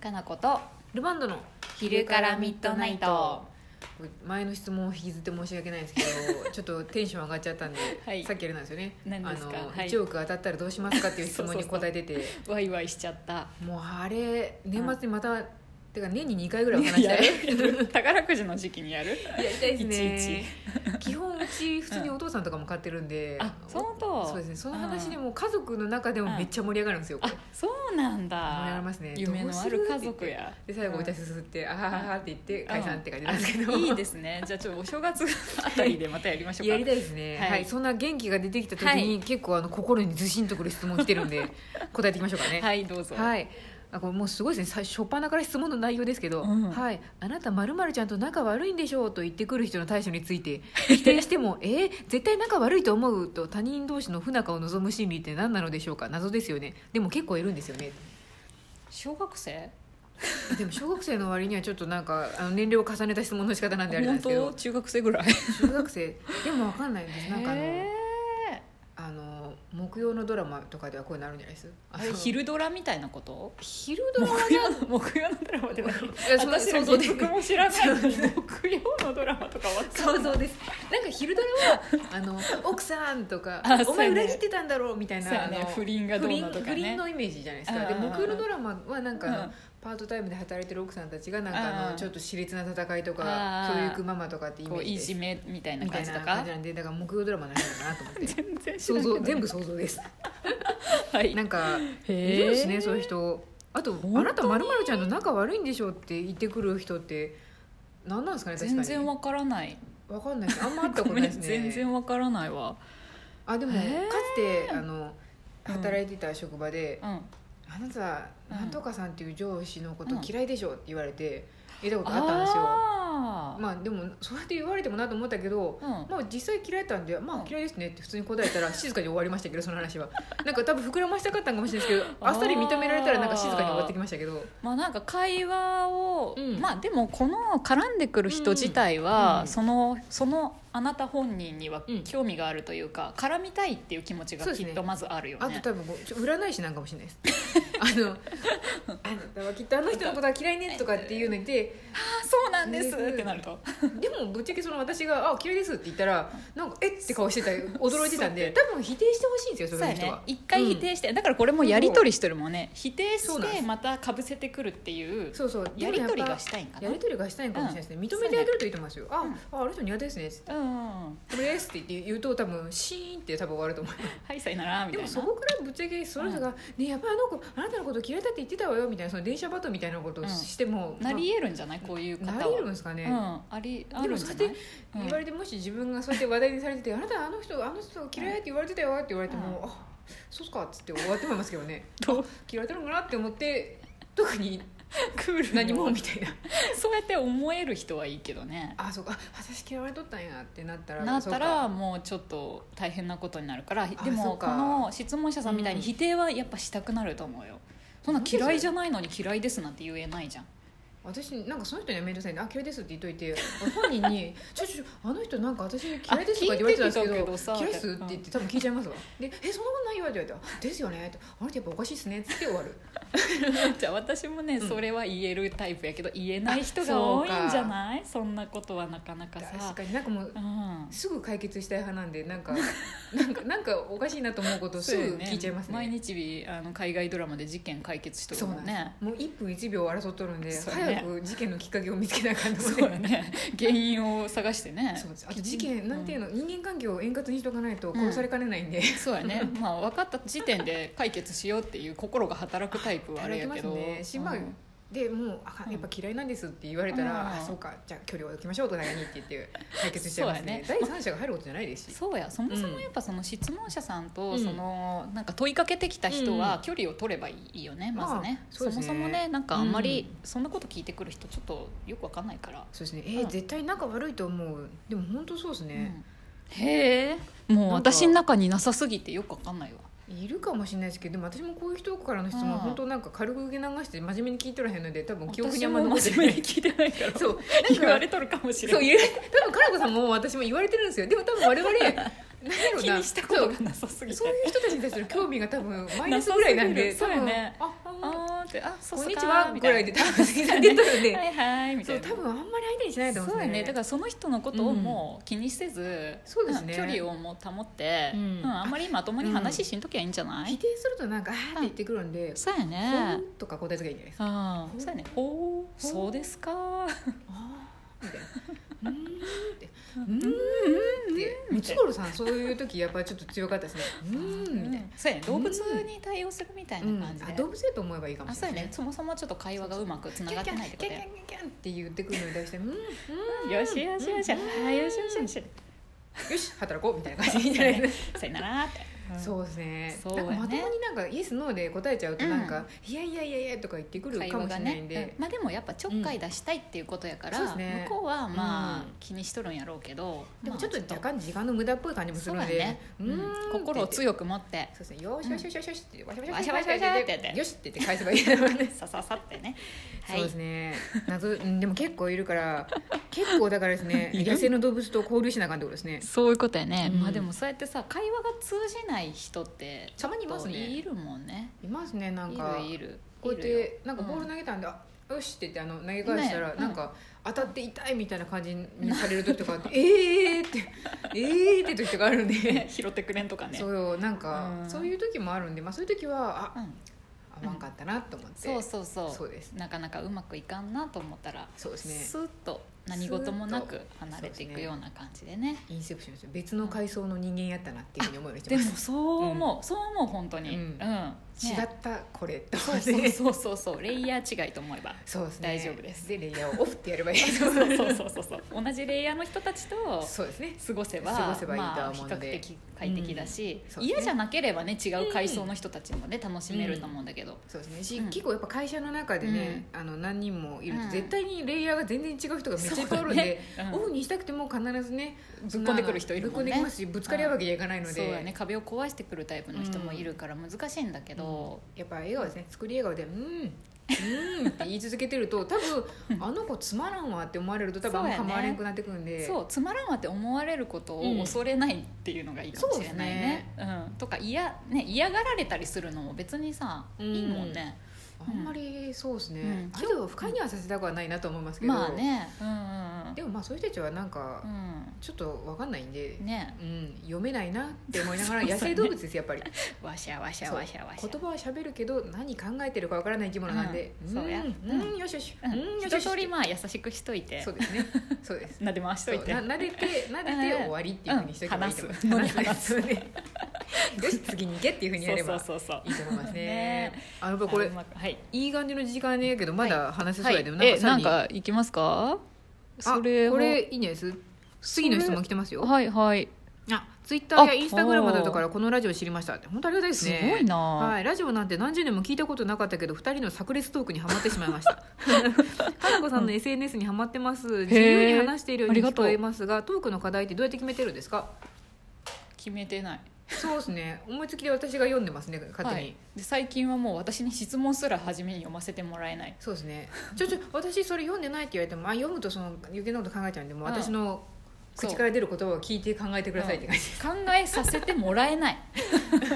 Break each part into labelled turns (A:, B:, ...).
A: かなこと
B: ルバンドの
A: 昼からミッドナイト
B: 前の質問を引きずって申し訳ないんですけどちょっとテンション上がっちゃったんで、
A: はい
B: さっきあれなんですよね
A: 何ですか
B: あの、
A: はい
B: 1億当たったらどうしますかっていう質問に答えてて
A: ワイワイしちゃった
B: もうあれ年末にまた、てか年に2回ぐらいは話したい
A: 宝くじの時期にやる
B: やりたいですね
A: いちい
B: 基本うち普通にお父さんとかも買ってるんで、
A: あそのと
B: そうですねその話で
A: も
B: も家族の中でもめっちゃ盛り上がるんですよ、
A: あそうなんだ
B: 盛り上がりますね
A: 夢のある家族や
B: で最後お茶すすって「あははは」って言って解散って感じなんですけど、
A: あいいですねじゃあちょっとお正月あたりでまたやりましょうか
B: やりたいですね、
A: は
B: はいいそんな元気が出てきた時に、
A: はい
B: 結構あの心にずしんとくる質問来てるんで 答えていきましょうかね
A: はいどうぞ
B: はい、あこれもうすごいですねさ初っ端から質問の内容ですけど「
A: うん
B: はい、あなたまるちゃんと仲悪いんでしょう」と言ってくる人の対処につい て否定しても「えー、絶対仲悪いと思う」と他人同士の不仲を望む心理って何なのでしょうか謎ですよねでも結構いるんですよね
A: 小学生
B: でも小学生の割にはちょっとなんかあの年齢を重ねた質問の仕方なんであれなん
A: 本
B: ですけ
A: 当
B: ど
A: 中学生ぐらい
B: 中学生でもわかんないですなんかあの。
A: へ
B: あの木曜のドラマとかではこういうのあるんじゃないです
A: ー
B: あ
A: あれ
B: の
A: 昼ドラみたいなこと
B: 昼ドラマ
A: 木曜の木曜のドラマでも
B: いやそ
A: 私
B: 想
A: の
B: 像
A: 原
B: です
A: 作も知らないのに木曜のドラマとかは
B: 想像ですなんか昼ドラはあの奥さんとか、
A: あそ
B: お
A: うやね
B: 前裏切ってたんだろうみたい
A: そうや
B: な、
A: ね
B: あの
A: 不倫がどうのとかね
B: 不倫不倫のイメージじゃないですかで
A: うんうんうん
B: 木曜のドラマはなんかあの、
A: うん
B: パートタイムで働いてる奥さんたちがなんかあ
A: うん
B: のちょっと熾烈な戦いと
A: あ
B: か
A: ー
B: 教育ママとかってイメ
A: こう
B: ージ
A: い
B: です
A: じめみたいな
B: みた
A: 感
B: い
A: じ
B: な
A: と
B: 感
A: か
B: じなんでだから木曜ドラマなんだろうなと思っ て
A: 全然知ら
B: 想
A: ない
B: 像全部想像です
A: はい
B: なんか
A: へ
B: い
A: え
B: るんですねそういう人あと
A: 本
B: 「
A: 当に
B: あなたまるちゃんと仲悪いんでしょ」って言ってくる人って何なんですかね確か
A: 全
B: に
A: 然わからない
B: わかんないですあんま会ったこ
A: ごめ
B: となんいですね
A: 全然わからないわ
B: あでも
A: へ
B: か
A: ー
B: つてあの
A: うん
B: 働いてた職場で
A: うん
B: 「あなた
A: うん
B: なんとかさんっていう上司のこと
A: うん
B: 嫌いでしょ」って言われて言ったことあったんですよ
A: あ
B: まあでもそうやって言われてもなと思ったけど
A: ーうん
B: まあ実際嫌いだったんで「ま
A: う
B: あ
A: ん
B: 嫌いですね」って普通に答えたら静かに終わりましたけどその話はなんか多分膨らましたかったんかもしれないですけどあっさり認められたらなんか静かに終わってきましたけど
A: まあなんか会話を、
B: うん
A: まあでもこの絡んでくる人自体
B: うん
A: は、
B: うん
A: そのそのあなた本人には
B: うん
A: 興味があるというか、絡みたいっていう気持ち
B: そ
A: が
B: うで
A: き
B: すね
A: っとまずあるよ
B: あ
A: ね
B: と多分ちょ占い師なんかもしれないですあの「あなたはきっとあの人のことは嫌いね」とかっていうので
A: あそうなんですってなると
B: でもぶっちゃけその私が「あ嫌いです」って言ったらなんか「えっ?」て顔してた驚いてたんで多分否定してほしいんです
A: そ
B: よ
A: うや
B: そういう人
A: ね
B: は。
A: 一回否定して、だからこれもやり取りしてるもんね否定
B: そうなん
A: し
B: で
A: て
B: す
A: またかぶせてくるっていう
B: そうそう
A: やり取りがし
B: で
A: たいんか
B: も
A: な
B: やっぱやり取りがしたいかもしれないですね認めてあげるといいと思いますよ「あ
A: うん
B: ああの人苦手ですね」
A: うんうんうん
B: これです」って言って言うと多分シーンって多分終わると思います
A: はいさよならみ
B: で
A: たい
B: も
A: な
B: そこからぶっちゃけその人が「ねやっぱあの子あなたのこと嫌いだって言ってたわよ」みたいなその電車バトみたいなことをしても、
A: なり得るんじゃないこういう方
B: まあ
A: は
B: なり得るんですかね、
A: うん、ありあ
B: で
A: るん
B: も
A: じゃ
B: そう
A: な
B: や
A: い
B: って
A: うん
B: 言われてもし自分がそうやって話題にされてて「あなたあの人あの人嫌いって言われてたよ」って言われても「あそうっすか」っつって終わってもいます けどね
A: どう
B: 嫌われてるのかなって思って特 に
A: クール
B: 何
A: 何
B: も
A: も
B: みたいな
A: そうやって思える人はいいけどね
B: あそうかあ私嫌われとったんやってなったら
A: なった
B: そう
A: ら
B: か
A: もうちょっと大変なことになるからで
B: そ
A: も
B: う
A: こ
B: か
A: の質問者さんみたいに
B: うん
A: 否定はやっぱしたくなると思うよ、そんな嫌いじゃないのに嫌いですなんて言えない じゃん
B: 私なんかその人には面倒くさいんで「あ嫌いです」って言っといて本人に 「ちょちょちょあの人なんか私嫌いです」とか言われてたんですけ
A: あ聞いてきた
B: ど
A: けどさ
B: 「嫌いです」って言って多分聞いちゃいますわで「えそんなことないよ」って言われてあ「ですよね」って「あの人やっぱおかしいっすね」っつって終わる
A: じゃあ私もね
B: うん
A: それは言えるタイプやけど言えない人が多いんじゃないそんなことはなかなかさ
B: 確かになんかもう
A: うん
B: すぐ解決したい派なんでなんか なんかなんかおかしいなと思うことをす
A: そう
B: ぐ
A: よね
B: 聞いちゃいますね
A: 毎日あの海外ドラマで事件解決しと
B: そ
A: る
B: う
A: も
B: なん
A: ん
B: です
A: ね
B: もう1分1秒争っとるんで、
A: そうね
B: 早く事件のきっかけを見つけなあかんと思っ
A: そう
B: て
A: よね 原因を探してね
B: そうですあと事件なんていうの、人間関係を円滑にしとかないと
A: ん
B: 殺されかねないんで、
A: そうやね、まあ、分かった時点で解決しようっていう心が働くタイプはあれやけど、
B: 働きますねしまあ
A: うん
B: でもうあかんやっぱ嫌いなんですって言われたら、
A: うん
B: あそうかじゃあ距離を置きましょうお互いにって言って解決しちゃいますね
A: そ
B: 第三者が入ることじゃないですし
A: そうやそもそうも
B: ん
A: やっぱその質問者さん
B: う
A: と
B: ん
A: その、なんか問いかけてきた人
B: う
A: は
B: ん
A: 距離を取ればいいよね、まずね
B: あ
A: そ
B: そうです
A: も
B: ね
A: そもねなんかあんまりそんなこと聞いてくる人ちょっとよく分かんないから、
B: そうですねえー
A: うん
B: 絶対仲悪いと思うでも本当そうですね、
A: うんへえもう
B: なんか
A: 私の中になさすぎてよく分かんないわ
B: いるかもしれないですけどでも私もこういう人からの質問
A: うん
B: は本当なんか軽く受け流して真面目に聞いとらへんので多分記憶にあ
A: 私
B: んま
A: も
B: 残って
A: 真
B: な
A: 面目
B: い
A: に聞いてないから
B: そう
A: 言
B: な
A: わ
B: んか
A: れとるかもしれ
B: そう
A: ない
B: 言われ多分かなこさんも私も言われてるんですよでも多分我々何やろう
A: 気
B: な
A: にしたことがなさすぎて
B: そうそういう人たちに対する興味が多分マイナスぐらいなんで
A: なさすぎるそうやね
B: 多分ああ
A: あってあそう
B: こ
A: そ
B: ん
A: う
B: に
A: か
B: ちは
A: み
B: ぐ
A: た
B: ら
A: い
B: い
A: な
B: で多分全然出たよ
A: は
B: ね
A: いはいみた
B: そう
A: いな
B: 多分あんまり相手にしないと思
A: そううんだ
B: です
A: ねだからその人のことをもう気にせず、
B: そうですね
A: ん距離をもう保って、
B: う
A: うんんあんまりまともに話しんときゃいいんじゃない、
B: 否定するとなんかあーって言ってくるんで、
A: そうや
B: ほ
A: ね
B: んとか答えつけばいいんじゃないですか
A: ああそうやねおおそうですか
B: あーみたいなうーんってうーんってムツゴロウさんそういう時やっぱりちょっと強かったですねうーんみたいな
A: そうやね動物に対応するみたい
B: うん
A: な感じで、
B: あ動物だと思えばいいかも
A: あ
B: し
A: そうや
B: れない
A: ねそもそもちょっと会話がうまくつながってないってこと
B: キャ
A: や
B: ンキャンキャンキャンキャンって言ってくるのに対して「うんうん
A: よしよしよし、あよしよしよし
B: よし働こう」みたいな感じになるね
A: さよならって、
B: そうですね
A: そう
B: な
A: や
B: ん
A: ね
B: かまともになんか「イエス・ノー」で答えちゃうとなんか「
A: う
B: いやいやいやいや」とか言ってくる
A: 会
B: か
A: 話
B: もし
A: が
B: れない
A: ね
B: んで、
A: うんまあでもやっぱちょっかい出したいっていうことやから、
B: うんそうですね
A: 向こうはまあ、
B: うん
A: 気にしとるんやろうけど
B: でもちょっと
A: まあ
B: 若干時間の無駄っぽい感じもす
A: そ
B: る
A: う
B: の
A: だ
B: で、
A: ね、
B: う
A: う
B: ーん
A: ん、心を
B: く
A: 強く持 って
B: そうですねよーしよしよしよしよしってわしゃわしゃ
A: わしゃわしゃわしゃって
B: よしって言って返せばいいだろうね
A: さささってねは
B: そうで
A: い
B: すね謎うんでも結構いるから結構だからです ね
A: いる
B: 野生の動物と交流しなあかんってことですね
A: そういうことやね、
B: うん
A: まあでもそうやってさ会話が通じない人って
B: たまにいますね
A: いるもんね
B: いますねなん
A: い
B: か
A: るいる
B: こうやっ
A: いるよ
B: てなんかボール投げたんで「あよし」って言ってあの投げ返したら、
A: ね
B: なんか当たって痛いみたいな感じにされる時とか あって「ええ!」って「ええ!」って時とかあるんで
A: ね 拾ってくれんとかね
B: そうなんか、
A: うん
B: そういう時もあるんで、まあ、そういう時は
A: う
B: あ
A: ん、
B: 合わんかったなと思って、
A: そうそうそう
B: そうです
A: なかなかうまくいかんなと思ったら
B: そうですね
A: スッと何事もなく離れていくような感じでね
B: インセプションですよ別の階層の人間やったなっていうふうに思うようにして
A: で
B: ま
A: も
B: す
A: そう思う、そう思う本当に
B: う
A: うんん、
B: 違
A: ね
B: ったこれと
A: そうそうそうそうそうレイヤー違いと思えば
B: そうですね
A: 大丈夫です
B: でレイヤーをオフってやればいい
A: そうそうそうそうそう 同じレイヤーの人たちと
B: そうですね
A: 過ごせば
B: 過ごせばいいとは
A: まあ、比
B: 思うんで
A: 較的快適だし、
B: うんそうですね
A: 嫌じゃなければね違う階層の人たちもね楽しめると思うんだけど、
B: そうですねし、
A: うん
B: 結構やっぱ会社の中でね、あの何人もいる
A: う
B: と
A: ん
B: 絶対にレイヤーが全然違う人がめっちゃいっぱいおるん
A: そう
B: で、
A: だねうん
B: オフにしたくても必ずね
A: ぶっこんでくる人いるもんね
B: ぶっこんできますしぶつかり合うわけにはいかないの
A: そう
B: で、
A: やね壁を壊してくるタイプの人もいるから難しいんだけど、
B: やっぱ笑顔ですね作り笑顔で「うん」うんって言い続けてると多分あの子つまらんわって思われると多分あんま
A: そうやね
B: 構われなくなってくるんで
A: そうつまらんわって思われることを恐れないっていうのがいいかもしれないね。うんとか嫌ね嫌がられたりするのも別にさ、
B: うん
A: いいもんね。
B: あんまりそうですね、
A: うん
B: 相手を不快にはさせたくはないなと思いますけど、
A: まあね、うん
B: でもまあそういう人たちはなんか
A: うんうん、
B: ちょっと分かんないんで、
A: うん、ね
B: うん、読めないなって思いなが ら
A: そう
B: 野
A: そう
B: 生動物ですやっぱり
A: わしゃわしゃわしゃわしゃ
B: 言。葉は喋るけど何考えてるかわからない生き物なんで、
A: うんそうや
B: うん
A: う
B: よしよし、
A: うん
B: うんよし
A: 一
B: よし
A: 通りまあ優しくしといて
B: そうですねそ うです
A: 撫で回しといて
B: そうな撫でて撫でて終わりっていうふうにしといてもいいと思いま
A: う
B: す、
A: ん話す
B: 話すね よし次に行けっていうふうにやればい
A: そうそうそうそう
B: いと思いますね
A: ね
B: あやっぱこれ
A: あうまくはい
B: いい感じの時間やけどまだ話せそ
A: は
B: うや
A: い
B: でも、
A: え
B: さら
A: な
B: に
A: んか行きますか
B: あ
A: それを
B: これいいんじゃないです次の質問来てますよ
A: はいはい
B: あツイッターや
A: あ
B: インスタグラムなどからこのラジオ知りましたって本当ありがたいです
A: す
B: ね
A: ごいな、
B: はい、ラジオなんて何十年も聞いたことなかったけど2人の炸裂トークにはまってしまいました かなこさんの SNS にはまってます自由に話しているように聞こえますがトークの課題ってどうやって決めてるんですか
A: 決めてない
B: そうですね思いつきで私が読んでますね勝手に、
A: はい、で最近はもう私に質問すら初めに読ませてもらえない
B: そうですねちょちょ私それ読んでないって言われてもあ読むとその余計なこと考えちゃうんでもう
A: うん
B: 私の口から出る言葉を聞いて考えてくださいって感じ、
A: 考えさせてもらえない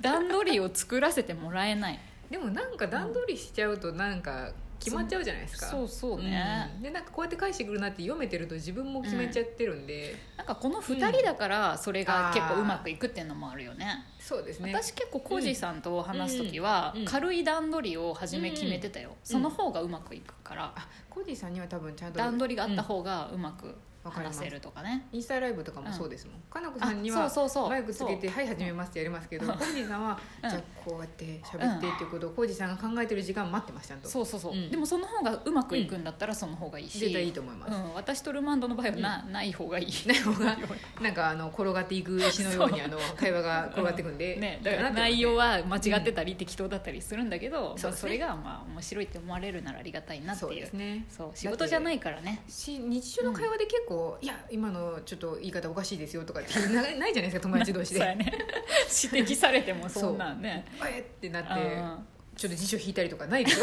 A: 段取りを作らせてもらえない
B: でもなんか段取りしちゃうとなんか決まっちゃうじゃないですか
A: そうそうね、
B: うんでなんかこうやって返してくるなって読めてると自分も決めちゃってるんで、
A: なんかこの2人だからそれが結構うまくいくっていうのもあるよね、
B: そうですね
A: 私結構コージーさんと話す時は
B: うんうん
A: 軽い段取りを初め決めてたよ、その方がうまくいくから、
B: あコーディさんには多分ちゃんと
A: 段取りがあった方がうまく話せるとかね、
B: インスタライブとかもそうですもん、かなこさんに
A: あ
B: は
A: そうそうそう
B: マイクつけて「はい始めます」ってやりますけど
A: うん
B: コーディさんは、
A: うん
B: じゃあこうやって喋ってっていうことをコーディさんが考えてる時間待ってましたと
A: そうそうそう、
B: うん
A: でもその方がうまくいくんだったらその方がいいし、
B: 絶対いいと思います、
A: うん、私とルマンドの場合はな,、ない方がいい
B: ない方がなんかあの転がっていく石のようにあの会話が転がっていくんで、
A: ね、だから内容は間違ってたり適当だったりするんだけど、
B: んそ
A: そうまあ、
B: です
A: そ
B: ね
A: れがまあ面白いって思われるならありがたいなって
B: そう
A: い
B: で
A: う
B: すね
A: そう仕事じゃないからね
B: し日常の会話で結構「いや今のちょっと言い方おかしいですよ」とかっていうのがないじゃないですか友達同 士
A: そうや
B: で
A: ね指摘されてもそんなんね
B: 「あえっ!」ってなって
A: うん
B: ちょっと辞書引いたりとかない けど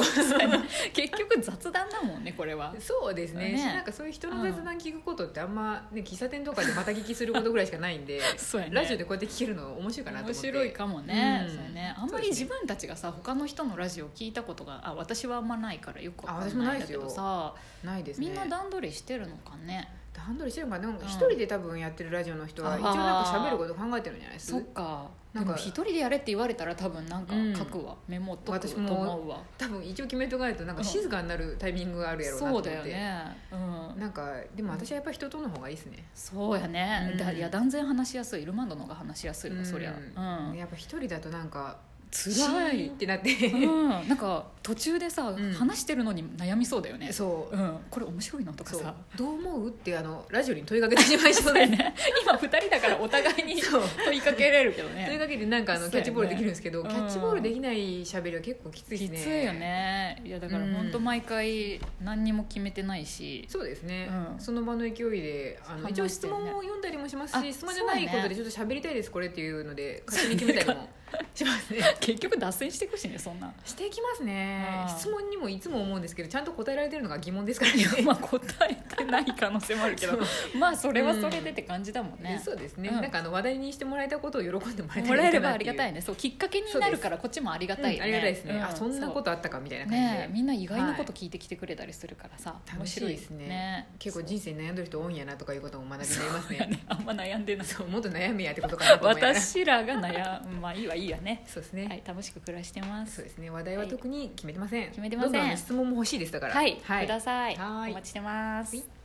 A: 結局雑談だもんねこれは
B: そうですね
A: ね
B: なんかそういう人の雑談聞くことってあんま、ね、喫茶店とかでまた聞きすることぐらいしかないんで
A: そうやね
B: ラジオでこうやって聞けるの面白いかなと思
A: 面
B: って
A: 白いかもね,、
B: うん
A: そうやねあんまり自分たちがさ他の人のラジオ聞いたことがあ私はあんまないからよくわかんないんだけどさ、
B: ないですね
A: みんな段取りしてるのかね
B: 段取りしてるのかななんか
A: うん
B: 一人で多分やってるラジオの人は一応なんか喋ること考えてるんじゃないです
A: そっか
B: なんか
A: でも一人でやれって言われたら多分なんか書くわ、メモとく
B: 私
A: と
B: も
A: 思うわ
B: 多分一応決めとかないとなんか静かになるタイミングがあるやろうなと
A: そ
B: 思
A: う
B: って、
A: だよねうん
B: なんかでも私はやっぱ人との方がいいですね、
A: そうやね、
B: うん
A: だいや断然話しやすいルマンドの方が話しやすいわ、そりゃうん
B: やっぱ一人だとなんか
A: つ
B: 辛
A: らい、
B: いってなって、
A: うん、なんか途中でさ、
B: うん
A: 話してるのに悩みそうだよね
B: そう、
A: うん、これ面白いのとか
B: そう
A: さ
B: どう思うってあのラジオに問いかけてしまいそう
A: そう
B: で
A: だよね今2人だからお互いに
B: そう
A: 問いかけれるけど
B: という
A: ね
B: わけでなんかあ
A: そ
B: の
A: う
B: キ
A: だ
B: ャ
A: よね
B: ッチボールできるんですけど、
A: うん
B: キャッチボールできない喋りは結構きついで
A: き
B: すね
A: ついよねいやだから
B: うん
A: 本当毎回何にも決めてないし、
B: そうですね、
A: うん
B: その場の勢いであの
A: 反応してね
B: 一応質問を読んだりもします
A: あ
B: し質問じゃないことでちょっと喋りたいですこれっていうので勝手に決め たりもしますね
A: 結局脱線していくしねそんな
B: していきますね
A: うん
B: 質問にもいつも思うんですけどちゃんと答えられてるのが疑問ですからね
A: まあ答えてない可能性もあるけどまあそれはそれでって感じだもんね、
B: そうですね、
A: うん
B: なんかあの話題にしてもらえたことを喜んでもらえた
A: もらえればあ
B: い
A: り
B: いか
A: がた
B: なって
A: いねそうきっかけになるからこっちもありがたい
B: いううん
A: よね、
B: ありがたいですね、
A: う
B: あそんなことあったかみたいな感じで、
A: ねえみんな意外なこと聞いてきてくれたりするからさ、面
B: 楽しい
A: 白い
B: ですね結構人生悩んでる人多いんやなとかいうことも学びになります
A: そうや
B: ね
A: ねあんま悩んでない
B: そうもっと悩みやってことかなと思いながら
A: 私らが悩 むまあいいわいいやね
B: そうですね、
A: はい楽しく暮らしてます
B: そうですね話題は特に決めてません、
A: 決めてません
B: どんどんあの質問も欲しいですだから
A: はい、
B: はい
A: ください
B: はい
A: お待ちしてます、
B: はい